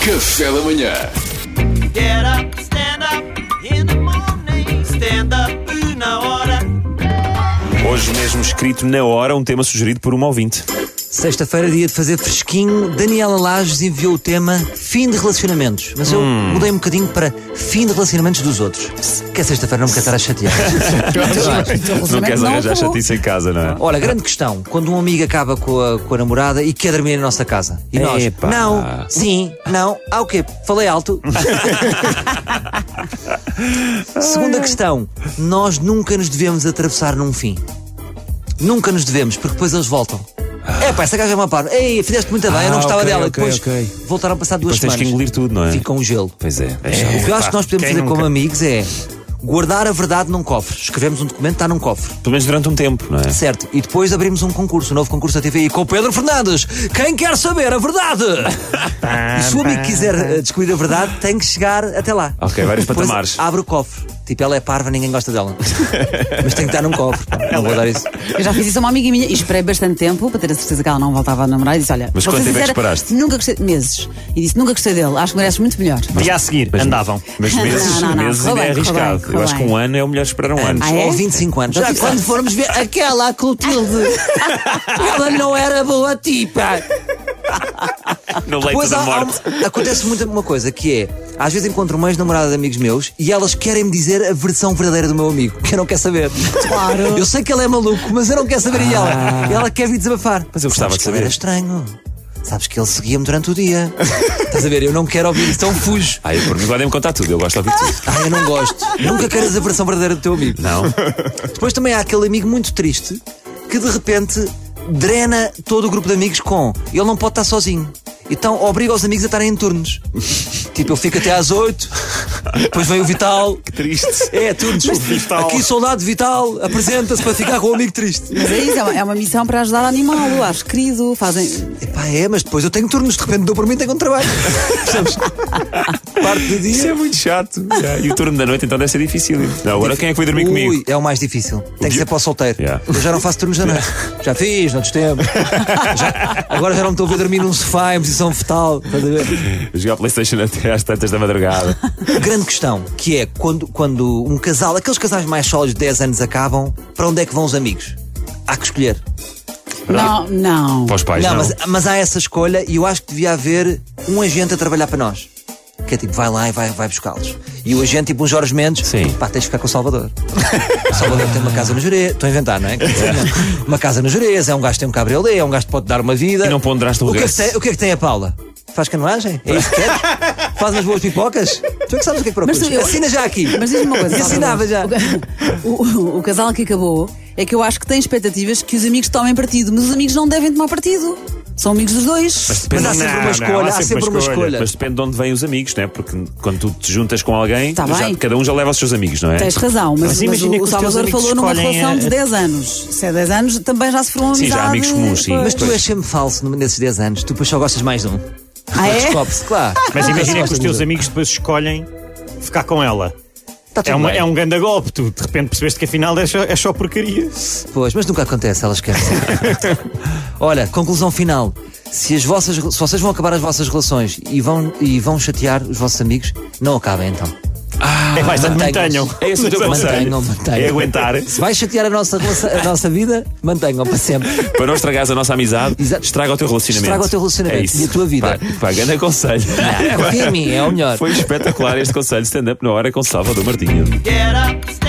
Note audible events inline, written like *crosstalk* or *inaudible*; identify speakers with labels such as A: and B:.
A: Café da manhã.
B: Get up, stand up in the morning. Stand up na hora.
C: Hoje mesmo escrito na hora, um tema sugerido por uma ouvinte.
D: Sexta-feira, dia de fazer fresquinho, Daniela Lages enviou o tema fim de relacionamentos. Mas eu mudei um bocadinho para fim de relacionamentos dos outros. Que é sexta-feira, não me quero estar a chatear.
C: Não queres arranjar chatice em casa, não é?
D: Olha, grande questão. Quando um amigo acaba com a, com a namorada e quer dormir na nossa casa. E nós,
C: Epá.
D: não, sim, não. Ah, o quê?
C: *laughs*
D: Falei alto. Segunda questão. Nós nunca nos devemos atravessar num fim. Nunca nos devemos, porque depois eles voltam. É pá, essa gaja é uma par. Ei, fizeste muito bem, eu não gostava
C: Ah. ok,
D: dela. E
C: ok,
D: depois
C: ok.
D: voltaram a passar duas
C: Mas tens
D: semanas.
C: que engolir tudo, não é?
D: Fica um gelo.
C: Pois é.
D: O que eu acho que nós podemos
C: Quem
D: fazer
C: nunca?
D: como amigos é guardar a verdade num cofre. Escrevemos um documento, está num cofre.
C: Pelo menos durante um tempo, não é?
D: Certo, e depois abrimos um concurso, um novo concurso da TVI com o Pedro Fernandes. Quem quer saber
C: *laughs*
D: a verdade? e se o amigo quiser eh, descobrir a verdade, tem que chegar até lá.
C: Ok, vários
D: Depois
C: patamares.
D: Abre o cofre. Tipo, ela é parva, ninguém
C: *laughs*
D: gosta dela. Mas tem que estar num cofre. pá. Não vou dar
C: é.
D: isso.
E: Eu já fiz isso a uma amiga minha e esperei bastante tempo para ter a certeza que ela não voltava a namorar e disse: Olha,
C: Mas
E: vou ser
C: quanto tempo é que
E: sincera,
C: esperaste?
E: Nunca gostei. Meses. E disse: Nunca gostei dele. Acho que mereces muito melhor.
F: Dia a seguir,
C: Mas-
F: andavam.
C: Mas
E: Não,
C: meses,
E: não, não.
C: meses
E: Correu
C: ainda é
E: bem, correu
C: arriscado.
E: bem,
C: eu
E: correu
C: acho que
E: bem.
C: um ano é o melhor esperar um ano.
E: Ah, é?
D: Ou 25 anos. Já quando formos ver aquela *laughs* Clotilde, ela não era boa tipa.
C: No leito
D: Pois
C: da
D: há- há
C: morte.
D: uma- acontece muito uma coisa que é, às vezes encontro mães namoradas de amigos meus e elas querem-me dizer a versão verdadeira do meu amigo, que eu não quero saber. Claro. Eu sei que ele é maluco, mas eu não quero saber e ela. Ela quer vir desabafar.
C: Ah. Mas eu gostava
D: Sabes
C: de
D: que ele
C: saber.
D: Era estranho. Sabes que ele seguia-me durante o dia. Estás a ver? Eu não quero ouvir isso, então fujo.
C: Ai, por mim podem-me contar tudo, eu gosto de ouvir
D: *laughs*
C: tudo.
D: Ah, eu não gosto. Nunca queiras a versão verdadeira do teu amigo.
C: Não?
D: Depois também há aquele amigo muito triste que de repente drena todo o grupo de amigos com ele não pode estar sozinho. Então obriga os amigos a estarem em turnos. tipo, eu fico até às 8, depois vem o Vital. Que
C: triste.
D: É, turnos. Aqui, soldado Vital, apresenta-se para ficar com o amigo triste.
E: Mas é isso, é uma, é uma missão para ajudar a animá-lo. Acho querido. Fazem.
D: Epá, é, mas depois eu tenho turnos, de repente dou por mim, tenho um trabalho. *laughs* Percebes? Parte do
C: Isso é
D: dia.
C: muito chato. Já, E o turno da noite então deve ser difícil. Não, agora quem é que vai dormir
D: Ui,
C: comigo?
D: é o mais difícil. Tem que
C: dia-
D: ser para o solteiro.
C: Yeah.
D: Eu já não faço turnos da noite. Já fiz, noutros tempos. Já- agora já não me estou a ver dormir num sofá em posição fetal. Estás a ver?
C: Jogar Playstation até às tantas da madrugada.
D: Grande questão, que é quando, quando um casal, aqueles casais mais sólidos de 10 anos acabam, para onde é que vão os amigos? Há que escolher.
E: Não, não.
C: Para os pais,
D: não,
C: não.
D: Mas, mas há essa escolha e eu acho que devia haver um agente a trabalhar para nós. Que é tipo, vai lá e vai, vai buscá-los. E o agente, tipo um Jorge Mendes,
C: Sim.
D: pá, tens de ficar com o Salvador. O Salvador tem uma casa no Jerez. Estou a inventar, não é? Uma casa no Jerez, é um gajo que tem um cabriolé, é um gajo que pode dar uma vida.
C: E não ponderaste o
D: o que, é que
C: regresso.
D: tem, o que é que tem a Paula? Faz canoagem? É isso que queres? Faz umas boas pipocas? Tu é que sabes o que é que procuras.
E: Mas tu- eu-
D: Assina já aqui.
E: Mas diz-me uma coisa.
D: E assinava já.
E: O, é o- o casal que acabou é que eu acho que tem expectativas que os amigos tomem partido, mas os amigos não devem tomar partido. São amigos dos dois.
D: Mas há
C: Depende-
D: sempre
F: Não,
D: uma
F: não,
D: escolha, há sempre uma escolha.
C: Mas depende de onde vêm os amigos, não é? Porque quando tu te juntas com alguém,
E: Tá
C: já-
E: bem.
C: cada um já leva os seus amigos, não é?
E: Tens razão, mas,
F: Mas
E: mas
F: imagina
E: o,
F: que
E: o
F: os teus
E: Salvador
F: amigos
E: falou numa
F: escolhem
E: relação
F: a-
E: de 10 anos. Se é 10 anos, também já se formam
C: Sim,
E: amizade.
C: já há amigos comuns, sim.
E: Pois.
D: Mas tu és sempre falso nesses 10 anos. Tu depois só gostas mais de um.
E: Ah, é?
D: Descobre-se, claro.
F: Mas imagina que os teus amigos depois escolhem ficar com ela.
D: Tá tudo
F: É, uma-
D: bem.
F: é um ganda golpe, tu de repente percebeste que afinal é só, é só porcaria.
D: Pois, mas nunca acontece, elas querem.
F: *laughs*
D: Olha, conclusão final. Se, as vossas, se vocês vão acabar as vossas relações e vão, e vão chatear os vossos amigos, não acabem então.
F: é mais,
D: mantenham-se.
F: mantenham.
C: É esse o teu
F: Mas-
C: conselho.
D: Mantenham, mantenham.
C: É aguentar.
D: Se vais chatear a nossa, relação- a nossa vida, mantenham para sempre.
F: *laughs*
C: Para não estragares a nossa amizade,
D: Exato.
C: estraga o teu relacionamento.
D: Estraga o teu relacionamento
C: É isso.
D: e a tua vida.
C: Pá, pá grande conselho.
D: Confia em mim, é o melhor.
C: Foi espetacular este conselho stand-up na hora com Salvador Martinho.
B: Get up, stand